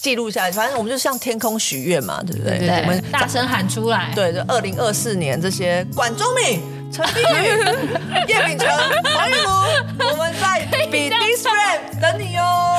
记录下来，反正我们就向天空许愿嘛，对不对？对我们大声喊出来，对，就二零二四年这些管中敏、陈碧宇、叶秉成、黄玉茹，我们在比 This Friend 等你哦。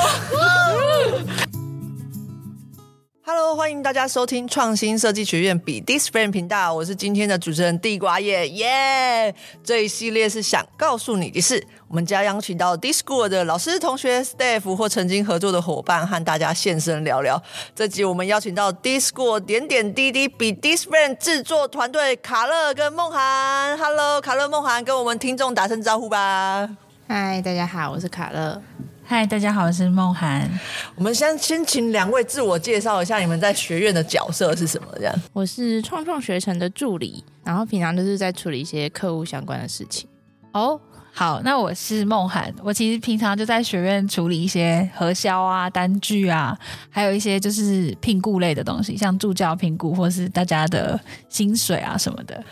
Hello，欢迎大家收听创新设计学院比 This Friend 频道，我是今天的主持人地瓜叶耶。这一系列是想告诉你的是，我们将邀请到 Discord 的老师、同学、staff 或曾经合作的伙伴，和大家现身聊聊。这集我们邀请到 Discord 点点滴滴比 This Friend 制作团队卡乐跟梦涵。Hello，卡乐、梦涵，跟我们听众打声招呼吧。嗨，大家好，我是卡乐。嗨，大家好，我是梦涵，我们先先请两位自我介绍一下，你们在学院的角色是什么？这样。我是创创学城的助理，然后平常就是在处理一些客户相关的事情。哦。好，那我是梦涵。我其实平常就在学院处理一些核销啊、单据啊，还有一些就是评估类的东西，像助教评估或是大家的薪水啊什么的。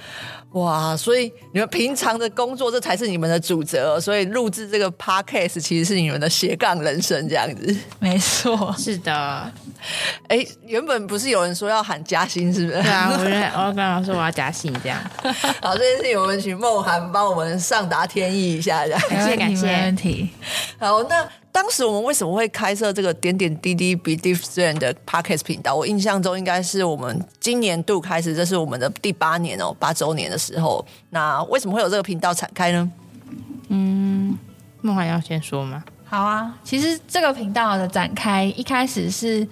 哇，所以你们平常的工作，这才是你们的主责，所以录制这个 podcast 其实是你们的斜杠人生这样子。没错，是的，哎、原本不是有人说要喊加薪，是不是？对啊，我原来我刚刚说我要加薪这样， 好，这件事情我们请梦涵帮我们上达天意一下，这样。感谢没问感题谢没问题。好，那当时我们为什么会开设这个点点滴滴 Be d i f f e r e n 的 podcast 频道？我印象中应该是我们今年度开始，这是我们的第八年哦，八周年的时候。那为什么会有这个频道展开呢？梦涵要先说吗？好啊，其实这个频道的展开，一开始是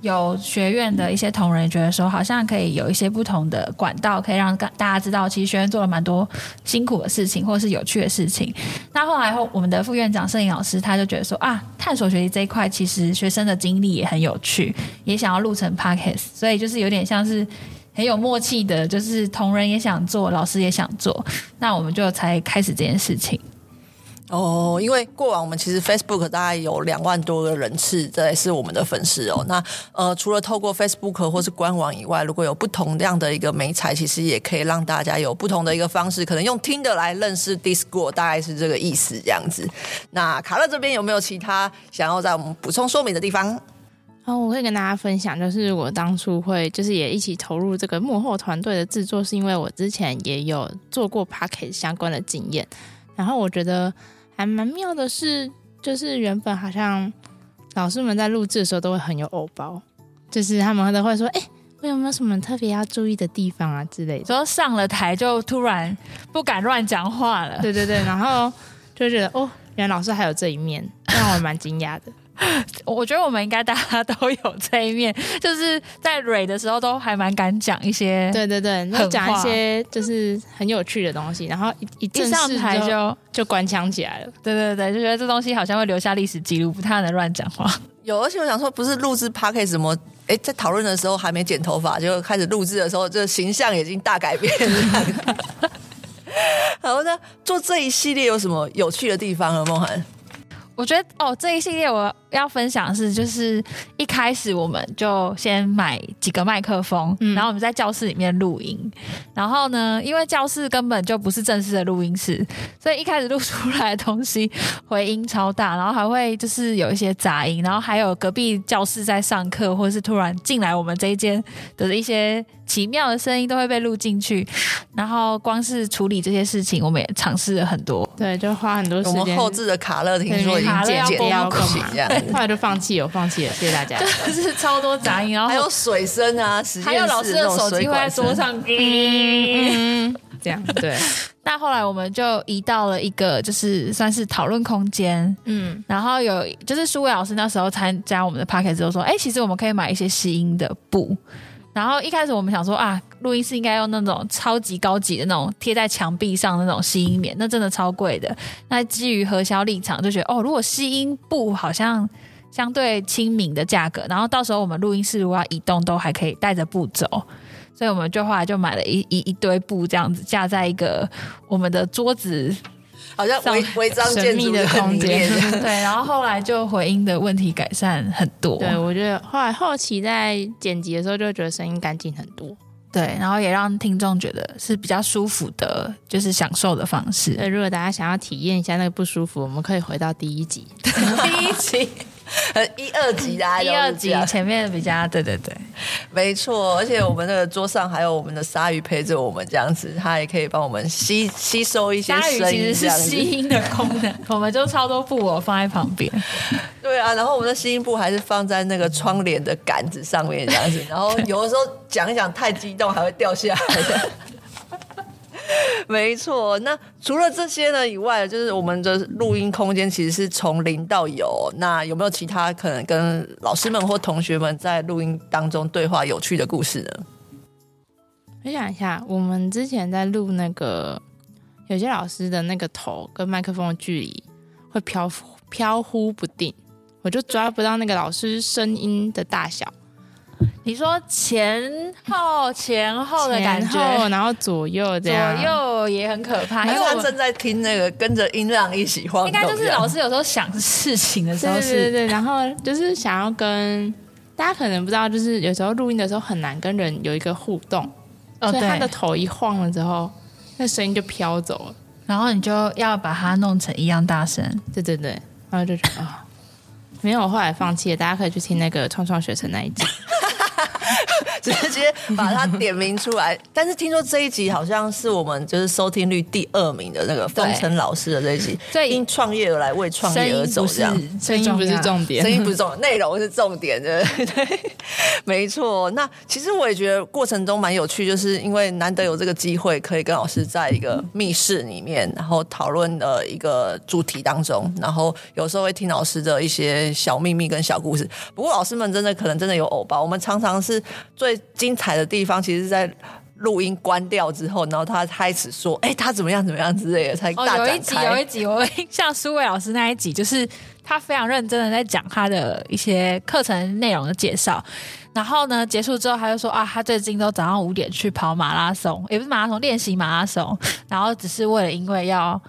有学院的一些同仁觉得说，好像可以有一些不同的管道，可以让大大家知道，其实学院做了蛮多辛苦的事情，或者是有趣的事情。那后来后，我们的副院长摄影老师他就觉得说啊，探索学习这一块，其实学生的经历也很有趣，也想要录成 podcast，所以就是有点像是。很有默契的，就是同仁也想做，老师也想做，那我们就才开始这件事情。哦，因为过往我们其实 Facebook 大概有两万多个人次，这也是我们的粉丝哦。那呃，除了透过 Facebook 或是官网以外，如果有不同样的一个媒材，其实也可以让大家有不同的一个方式，可能用听的来认识 Discord，大概是这个意思这样子。那卡乐这边有没有其他想要在我们补充说明的地方？然后我会跟大家分享，就是我当初会就是也一起投入这个幕后团队的制作，是因为我之前也有做过 p a c k e t 相关的经验。然后我觉得还蛮妙的是，就是原本好像老师们在录制的时候都会很有偶包，就是他们都会说：“哎、我有没有什么特别要注意的地方啊之类的。”说上了台就突然不敢乱讲话了，对对对，然后就觉得哦，原来老师还有这一面，让我蛮惊讶的。我觉得我们应该大家都有这一面， 就是在蕊的时候都还蛮敢讲一些，对 对对，就狠讲一话些就是很有趣的东西，然后一一一正上式台之后就就关枪起来了。对对对，就觉得这东西好像会留下历史记录，不太能乱讲话。有，而且我想说，不是录制 p a c k a g e 什么？哎，在讨论的时候还没剪头发，就开始录制的时候，这形象已经大改变了。 好，那做这一系列有什么有趣的地方呢？梦涵，我觉得哦，这一系列我要分享的是，就是一开始我们就先买几个麦克风，嗯然后我们在教室里面录音。然后呢，因为教室根本就不是正式的录音室，所以一开始录出来的东西回音超大，然后还会就是有一些杂音，然后还有隔壁教室在上课，或是突然进来我们这一间的一些奇妙的声音都会被录进去。然后光是处理这些事情，我们也尝试了很多。对，就花很多时我们间。后置的卡乐听说已卡经渐乐要渐播要不要干行嘛这样子 后，来就放弃了，放弃了，谢谢 大家。就是超多杂音，然后还有水声啊，实验室还有老师的那种手机水会在管声桌。上。嗯，这样对，那后来我们就移到了一个就是算是讨论空间，嗯，然后有就是舒伟老师那时候参加我们的 p a c k e t 之后说，哎、其实我们可以买一些吸音的布。然后一开始我们想说啊，录音室应该用那种超级高级的那种贴在墙壁上的那种吸音棉，那真的超贵的。那基于核销立场，就觉得哦，如果吸音布好像相对亲民的价格，然后到时候我们录音室如果要移动，都还可以带着布走。所以我们就后来就买了一一一堆布，这样子架在一个我们的桌子好像违违章建筑神秘的空间很迷恋 对，然后后来就回音的问题改善很多，对我觉得后来后期在剪辑的时候，就会觉得声音干净很多。对然后也让听众觉得是比较舒服的，就是享受的方式。对，如果大家想要体验一下那个不舒服，我们可以回到第一集。 第一集，呃一二级的、啊，第二就集是这样前面比较，对对对，没错，而且我们的桌上还有我们的鲨鱼陪着我们，这样子，它也可以帮我们吸吸收一些鲨鱼声 其音，实这是样吸子。音的功能， 我们就超多布偶放在旁 边，对啊，然后我们的吸音布还是放在那个窗帘的杆子上面这样子，然后有的时候讲一讲太激动还会掉下来的。没错，那除了这些呢以外，就是我们的录音空间其实是从零到有。那有没有其他可能跟老师们或同学们在录音当中对话有趣的故事呢？我想一下，我们之前在录那个有些老师的那个头跟麦克风的距离会飘忽飘忽不定，我就抓不到那个老师声音的大小，你说前后前后啊的感前后觉，然后左右这左样，右也很可怕，因还为是我他们正在听那个跟着音浪一起晃动应这该样？就是老师有时候想事情的时对候对对是，对，然后就是想要跟大家可能不知道，就是有时候录音的时候很难跟人有一个互动，哦所以他的对，头一晃了之后，那声音就飘走了。然后你就要把它弄成一样大声，对对对，然后就觉得啊、没有，我后来放弃了。大家可以去听那个《创创学生》那一 集。 直接把它点名出来。 但是听说这一集好像是我们就是收听率第二名的那个对风尘老师的这一集，所以因创业而来，为创声业音而走不这样。是声音不是重点，声音不是重点，内容是重点，对不对？ 对没错。那其实我也觉得过程中蛮有趣，就是因为难得有这个机会，可以跟老师在一个密室里面，然后讨论的一个主题当中，然后有时候会听老师的一些小秘密跟小故事。不过老师们真的可能真的有偶包，我们常常是最精彩的地方，其实是在。录音关掉之后，然后他开始说：“哎、他怎么样怎么样之类的，才哦，大展开。有一集有一集，我印象苏伟老师那一集，就是他非常认真的在讲他的一些课程内容的介绍。然后呢，结束之后他就说啊，他最近都早上五点去跑马拉松， 也不是马拉松，练习马拉松， 然后只是为了因为要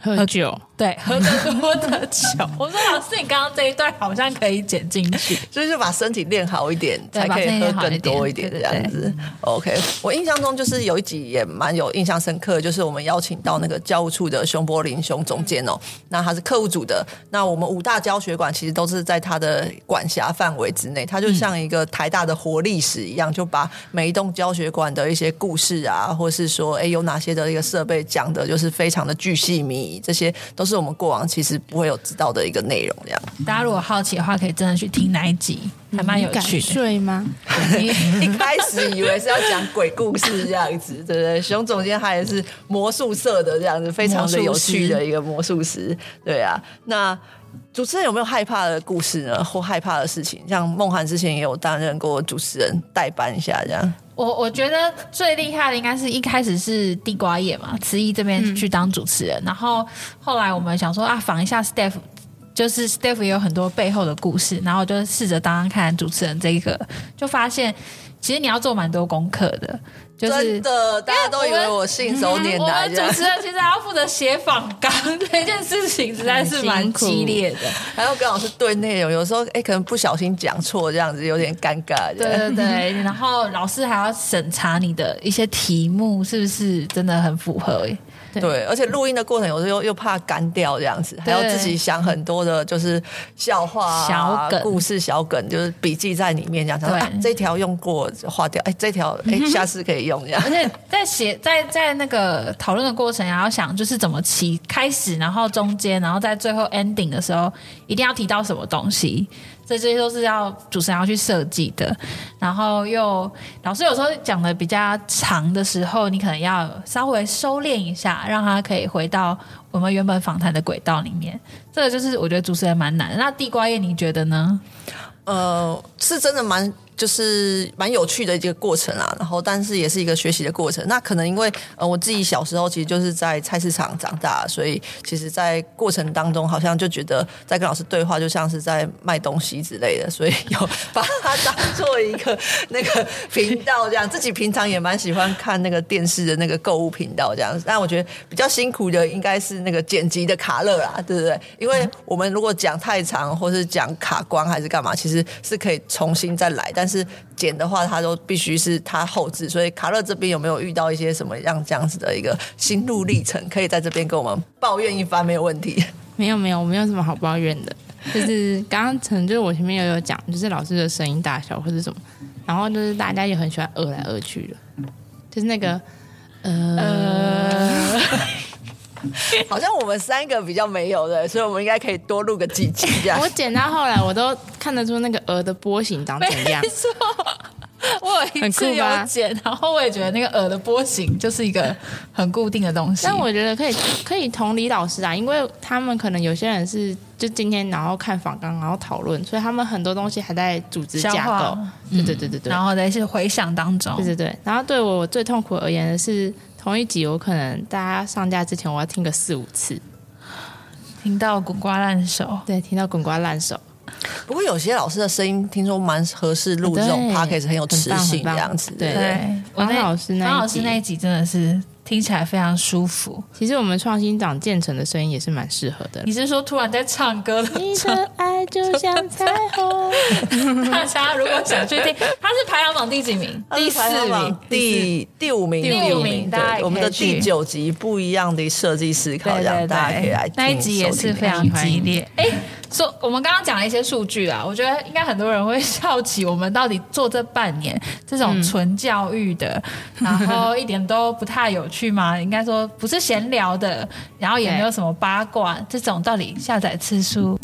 喝酒。对喝更多的酒。我说老师，你刚刚这一段好像可以剪进去。就是把身体练好一点，对才可以喝把身体更练多好一一点点这样子。OK，我印象中就是有一集也蛮有印象深刻，就是我们邀请到那个教务处的熊柏林熊总监哦，那他是课务组的，那我们五大教学馆其实都是在他的管辖范围之内，他就像一个台大的活历史一样，就把每一栋教学馆的一些故事啊，或是说哎有哪些的一个设备讲的，就是非常的巨细靡遗，这些都是我们过往其实不会有知道的一个内容这样。大家如果好奇的话，可以真的去听那一集，还蛮有你敢趣的。睡吗？ 一开始以为是要讲鬼故事这样子， 对不对？熊总监他也是魔术社的这样子，非常的有趣的一个魔术师，对啊。那主持人有没有害怕的故事呢？或害怕的事情？像梦涵之前也有担任过主持人代班一下这样。我我觉得最厉害的应该是一开始是地瓜叶嘛，慈一这边去当主持嗯人，然后后来我们想说啊，仿一下 Steph，就是 Steph 也有很多背后的故事，然后我就试着当当看主持人这一个，就发现其实你要做蛮多功课的，就是真的，大家都以因为为我们我信手拈我来们这样主，持人其实还要负责写访纲 这件事情，实在是蛮激烈 的。还要跟老师对内容，有时候哎、可能不小心讲错这样子，有点尴尬这对样。对对，然后老师还要审查你的一些题目是不是真的很符合对对，而且录音的过程有时候又又怕干掉这样子，还要自己想很多的，就是笑话、啊、小梗故事、小梗，就是笔记在里面这样。想说对啊，这条用过就划掉，哎，这条 哎，下次可以用这样而。且在写在在那个讨论的过程，也要想就是怎么起开始，然后中间，然后在最后 ending 的时候，一定要提到什么东西，这这些都是要主持人要去设计的。然后又老师有时候讲的比较长的时候，你可能要稍微收敛一下，让他可以回到我们原本访谈的轨道里面。这个就是我觉得主持人蛮难的。那地瓜叶你觉得呢？呃，是真的蛮就是蛮有趣的一个过程啊。然后，但是也是一个学习的过程。那可能因为呃，我自己小时候其实就是在菜市场长大，所以其实，在过程当中好像就觉得在跟老师对话，就像是在卖东西之类的，所以有把它当做一个那个频道这样。自己平常也蛮喜欢看那个电视的那个购物频道这样。但我觉得比较辛苦的应该是那个剪辑的卡乐啦，对不对？因为我们如果讲太长，或是讲卡关还是干嘛，其实是可以重新再来。但是剪的话，它都必须是它后置。所以卡乐这边有没有遇到一些什么样这样子的一个心路历程，可以在这边跟我们抱怨一番没有问题。 没有没有，我没有什么好抱怨的。就是 刚刚可能就是我前面也有讲，就是老师的声音大小或者什么，然后就是大家也很喜欢呃来呃去的，就是那个呃，好像我们三个比较没有的，所以我们应该可以多录个几集啊这 样我。剪到后来我都看得出那个呃的波形长 没怎样，错，我有一次很酷吧有剪，然后我也觉得那个耳的波形就是一个很固定的东西。但我觉得可以可以同理老师啊，因为他们可能有些人是就今天然后看访纲然后讨论，所以他们很多东西还在组织消架化构，对对对对对，然后在是回想当中对，对对。嗯然后对我最痛苦而言的是，同一集我可能大家上架之前我要听个四五次，听到滚瓜烂熟，对，听到滚瓜烂熟，不过有些老师的声音听说蛮合适录这种对 podcast，很有磁性很棒这样子。对对，我方那老师那一方老师集那一集真的是听起来非常舒服。其实我们创新长建成的声音也是蛮适合的。你是说突然在唱歌 的？你的爱就像彩虹，大家如果想去听，他是排行榜第几名？它第是排四行榜名，第第五名，第五名大家对，也可以我们的第去九集不一样的设计思考，这对样对大家可以来对，那一听集也收听是非常激烈。哎，说我们刚刚讲了一些数据啊，我觉得应该很多人会好奇，我们到底做这半年这种纯教育 的，然后一点都不太有趣吗？应该说不是闲聊的，然后也没有什么八卦，这种到底下载次数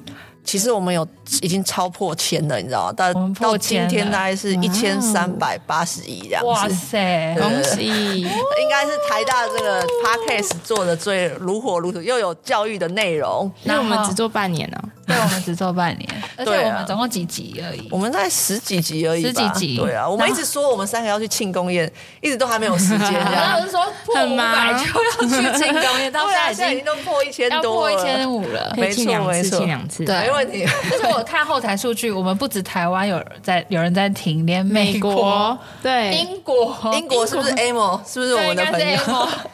其实我们有已经超破千了，你知道吗？但我们到破千今了天大概是一千三百八十一这样哇子，塞， 恭 喜！应该是台大这个 podcast 做的最如火如荼，又有教育的内容。那我们只做半年啊呢、对，我们只做半年，而且对啊我们总共几集而已我。们在十几集而已吧，十几集对啊，我们一直说我们三个要去庆功宴，一直都还没有时间这然后样 我。就说破很五百忙就要 去庆功宴， 到对啊，现在现在已已经经都破一千要多破了，一千五了。可以没庆错两没次，错庆两次。对没问题。而且我看后台数据，我们不止台湾有在有人在听，连美美国国、对，英哦国、哎英国是不是 Amo？是不是我对，们应的该朋是友？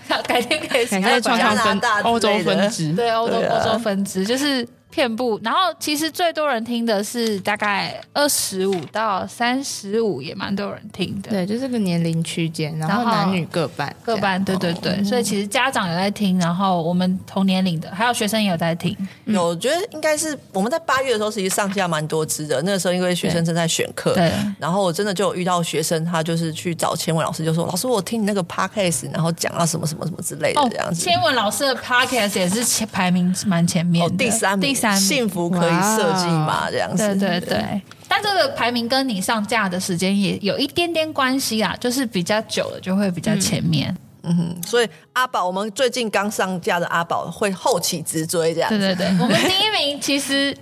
Apple，改天可以感还觉有在创加创上拿分大之欧洲类的分 支，对欧洲、对啊欧洲分支就是遍布。然后其实最多人听的是大概二十五到三十五，也蛮多人听的。对，就是个年龄区间，然后然后男女各半，各班，对对哦对，所以其实家长有在听，然后我们同年龄的，还有学生也有在听，嗯有，我觉得应该是我们在八月的时候，其实上架蛮多支的。那个时候因为学生正在选课，对然后我真的就有遇到学生，他就是去找千文老师，就说：“老师，我听你那个 podcast，然后讲到什么什么什么之类的哦这样，子。千文老师的 podcast 也是前排名蛮前面哦的，，第三名，第三名，幸福可以设计嘛？这样子，对对对。但这个排名跟你上架的时间也有一点点关系啊，就是比较久了就会比较前面。嗯所以阿宝，我们最近刚上架的阿宝会后起直追，这样对对对， 我们第一名其实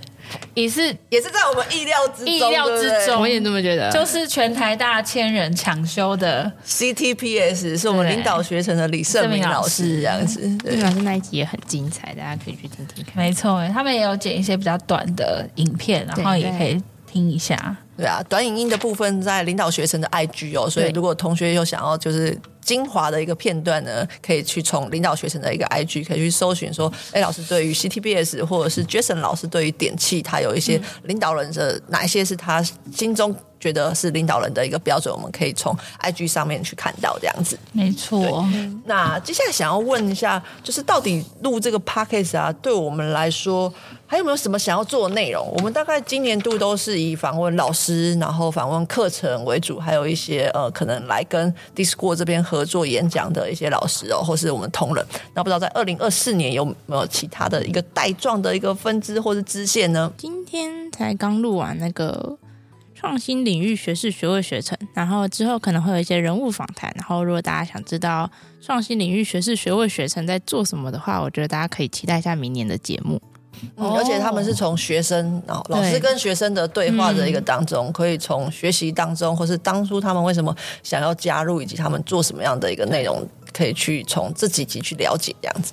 也是也是在我们意料之中，意料之对不对中我也这么觉得。就是全台大千人抢修的， CTPS 是我们对领导学程的李胜明老师，这样子。对对，老师那一集也很精彩，大家可以去听听看。没错，他们也有剪一些比较短的影片，然后对也可以听一下。对啊，短影音的部分在领导学程的 IG 哦，所以对如果同学有想要就是精华的一个片段呢，可以去从领导学程的一个 IG 可以去搜寻说，哎，老师对于 CTBS 或者是 Jason 老师对于点气，他有一些领导人的哪一些是他心中觉得是领导人的一个标准，我们可以从 IG 上面去看到这样子。没错，那接下来想要问一下，就是到底录这个 podcast 啊，对我们来说还有没有什么想要做的内容？我们大概今年度都是以访问老师，然后访问课程为主，还有一些呃可能来跟 Discord 这边合作演讲的一些老师哦，或是我们同仁。那不知道在二零二四年有没有其他的一个带状的一个分支或是支线呢？今天才刚录完那个创新领域学士学位学程，然后之后可能会有一些人物访谈。然后如果大家想知道创新领域学士学位学程在做什么的话，我觉得大家可以期待一下明年的节目。嗯，哦而且他们是从学生，然后老师嗯对跟学生的对话的一个当中，可以从学习当中，或是当初他们为什么想要加入，以及他们做什么样的一个内容，可以去从这几集去了解这样子。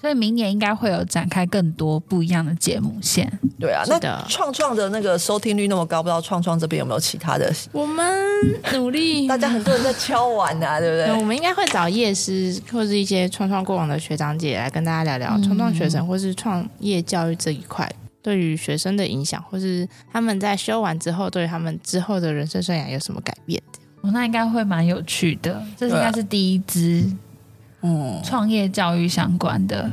所以明年应该会有展开更多不一样的节目线。对啊，是那的创创的那个收听率那么高，不知道创创这边有没有其他的？我们努力，大家很多人在敲碗啊，对不对，对？嗯我们应该会找夜师或是一些创创过往的学长姐来跟大家聊嗯聊创创学生或是创业教育这一块对于学生的影响，或是他们在修完之后对于他们之后的人生生涯有什么改变。哦，那应该会蛮有趣的。这是应该是第一支啊嗯，嗯创业教育相关的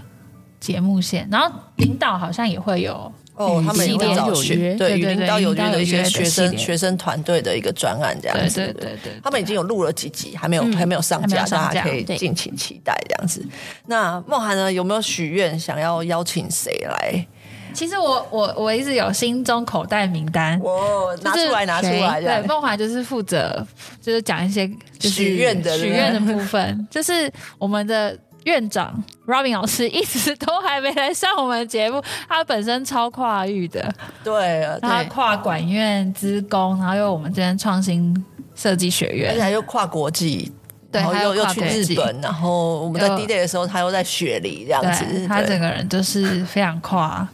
节目线，然后领导好像也会有哦，他们也系会列找有学约对对雨对林对到雨有林约到的有一些约的学系生列学生团队的一个专案这样对子，对不对对，他们已经有录了几集，还没有、嗯还没有上还没架，有上大家架可以对敬请期待这样子。那梦涵呢，有没有许愿想要邀请谁来？其实我我我一直有心中口袋名单，我拿出来，拿出来，这对样，梦华就是负责就是讲一些就是许愿的许愿的部分，就是我们的。院长 Robin 老师一直都还没来上我们的节目，他本身超跨域的，对，而他跨管院、资工，然后又我们这边创新设计学且院，他又跨国际。对然后还又有又跨去国日际本，然后我们在又 D day 的时候，他又在雪梨这样子对，，他对整个人就是非常跨，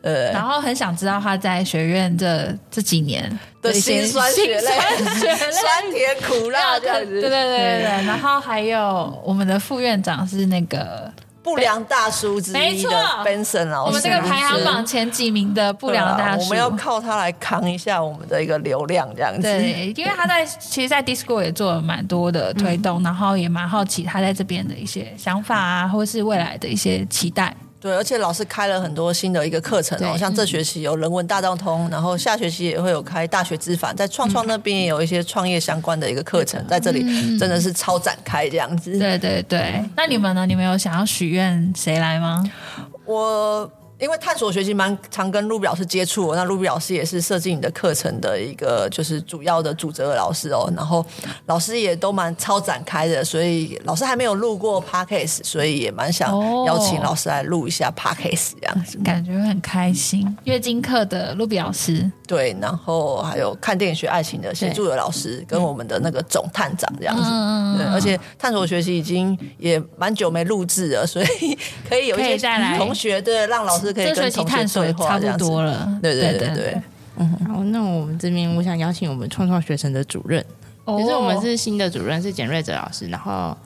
呃然后很想知道他在学院这这几年的一些辛酸血泪辛酸血泪酸甜苦辣这样对对子，对对对，然后还有我们的副院长是那个不良大叔之没一的错 Benson 老师，我们这个排行榜前几名的不良大对啊叔，我们要靠他来扛一下我们的一个流量这样子。对，因为他在其实，在 Discord 也做了蛮多的推嗯动，然后也蛮好奇他在这边的一些想法啊，或是未来的一些期待。对，而且老师开了很多新的一个课程哦，对像这学期有人文大道通，然后下学期也会有开大学之法，在创创那边也有一些创业相关的一个课程，在这里真的是超展开这样子。对对嗯对，那你们呢？你们有想要许愿谁来吗？我因为探索学习蛮常跟陆比老师接触哦，那陆比老师也是设计你的课程的一个就是主要的主责老师哦，然后老师也都蛮超展开的，所以老师还没有录过 podcast，所以也蛮想哦邀请老师来录一下 podcast 这样子。感觉会很开心。月经课的露比老师，对，然后还有看电影学爱情的协助的老师跟我们的那个总探长这样子。嗯对，而且探索学习已经也蛮久没录制了，所 以可以有一可些以再来同学对让老师可以跟这学期同探学索对也话差这不样子。多了。对对对对，嗯好，那我们这边我想邀请我们创创学生的主任，哦就是我们是新的主任是简瑞哲老师，然后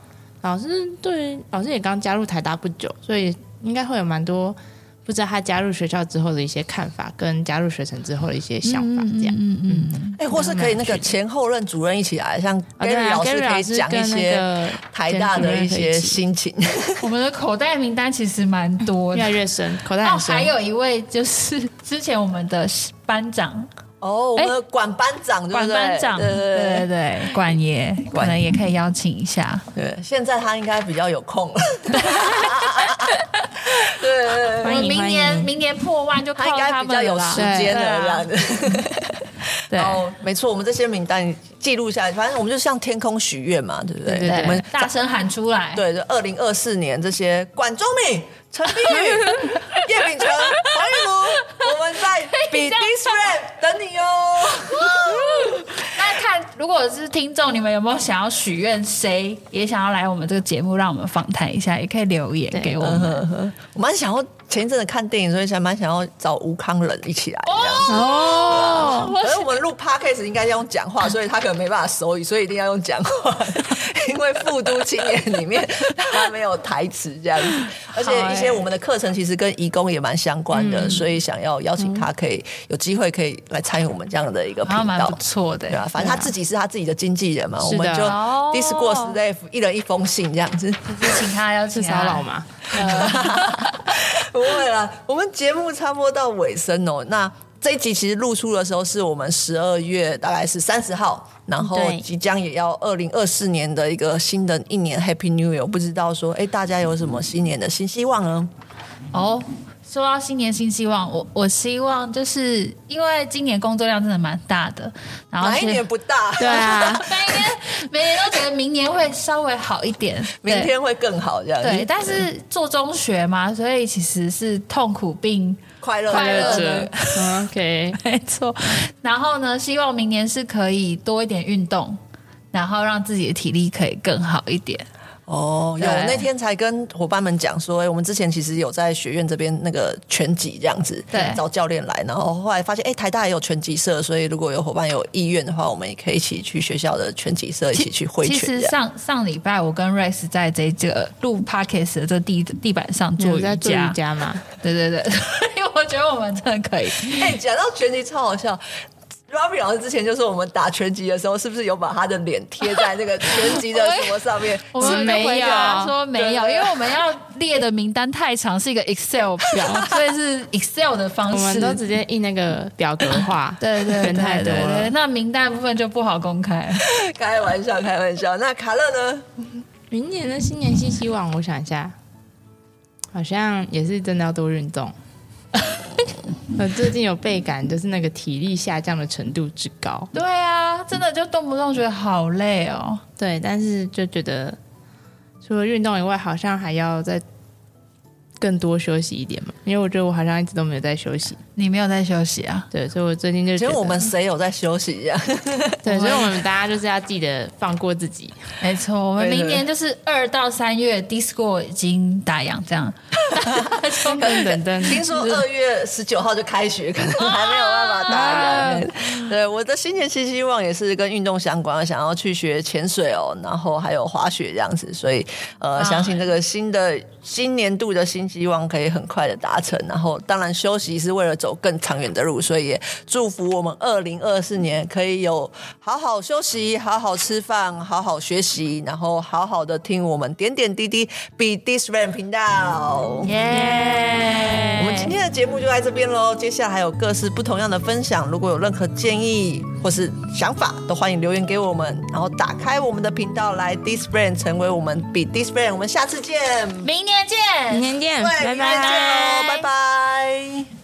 老师对老师也刚加入台大不久，所以应该会有蛮多不知道他加入学校之后的一些看法，跟加入学生之后的一些想法这样。嗯嗯嗯哎、或是可以那个前后任主任一起来，像哦啊对 Gary 啊老师，Gary 可以老师讲一跟那些个台大的一些心情。我们的口袋名单其实蛮 多越的来。越深，口袋哦，很深。还有一位就是之前我们的班长，哦，我们哎的管班长对不管对？班长，对对对对对，管爷可能也可以邀请一下。对，现在他应该比较有空了。对对对，欢迎我明欢年迎明年破万就他应靠该他比较们了有啦时。间了这对啊样子。对 然后啊没错，我们这些名单记录下来，反正我们就向天空许愿嘛，对不对？对对对我们大声喊出来，对，就二零二四年这些管中敏、陈碧宇、叶秉成、黄玉 茹，我们在比 This Rap 等你 哦。那看如果是听众，你们有没有想要许愿，谁也想要来我们这个节目，让我们访谈一下，也可以留言对给我嗯们。我蛮想要前一阵子看电影，所以想蛮想要找吴康仁一起来这样子。哦，可是我们录 podcast 应该要用讲话，所以他可能没办法手语，所以一定要用讲话。因为《复都青年》里面他没有台词这样子，而且一些我们的课程其实跟义工也蛮相关的，所以想要邀请他可以有机会可以来参与我们这样的一个频然后嗯蛮道不。错的对，啊，反正他自己是他自己的经纪人嘛，我是的们就哦 Discord Staff 一人一封信这样子。就是请他要请是骚他嗯扰 吗？ 不会啦，我们节目差不多到尾声哦。那这一集其实录出的时候是我们十二月大概是三十号，然后对即将也要二零二四年的一个新的一年 Happy New Year。我不知道说，哎，大家有什么新年的新希望呢？ 哦，说到新年新希望，我我希望就是因为今年工作量真的蛮大的，然后哪是一年不大？对啊，每年每年都觉得明年会稍微好一点，对明天会更好这样子。对，但是做中学嘛，所以其实是痛苦并快乐快的乐 的，嗯 OK， 没错。然后呢，希望明年是可以多一点运动。然后让自己的体力可以更好一点，哦，有对那天才跟伙伴们讲说，哎、我们之前其实有在学院这边那个拳击这样子，对找教练来，然后后来发现，哎、台大也有拳击社，所以如果有伙伴有意愿的话，我们也可以一起去学校的拳击社一起去挥其拳这实样。上上礼拜我跟 Rex 在这这个录 podcast 的这地地板上你做嗯有瑜在 做伽瑜，伽 吗？ 对对对，所以我觉得我们真的可以。哎、讲到拳击超好笑。 Robby 老师之前就说，我们打拳击的时候，是不是有把他的脸贴在那个拳击的什么上面？ 我们就没有回答说没有，对因为我们要列的名单太长，是一个 Excel 表，所以是 Excel 的方我们式。，都直接印那个表格 化对对对人太对多对了，。那名单部分就不好公 开。开玩笑，开玩笑。那卡乐呢？明年的新年新希望，我想一下，好像也是真的要多运 动。我最近有倍感，就是那个体力下降的程度之高。对啊，真的就动不动觉得好累哦。对，但是就觉得除了运动以外，好像还要再更多休息一点嘛，因为我觉得我好像一直都没有在休息。你没有在休息啊？对，所以我最近就其觉实得我们谁有在休息一样？对，所以我们大家就是要记得放过 自己。没错，我们对对明年就是二到三月 Discord 已经打烊，这样噔噔噔，听说二月十九号就开学，可能还没有办法打人。 对，我的新年新希望也是跟运动相关，想要去学潜水哦，然后还有滑雪这样子，所以呃，相信这个新的新年度的新希望可以很快的达成。然后，当然休息是为了走更长远的路，所以也祝福我们二零二四年可以有好好休息、好好吃饭、好好学习，然后好好的听我们点点滴滴 Be This Rain 频道。我耶哎们今天的节目就在这边喽，接下来还有各式不同样的分享，如果有任何建议或是想法，都欢迎留言给我们，然后打开我们的频道来 This Brand 成为我们 Be This Brand，我们下次见，嗯明年见，明天见，哦对，明天见哦，拜拜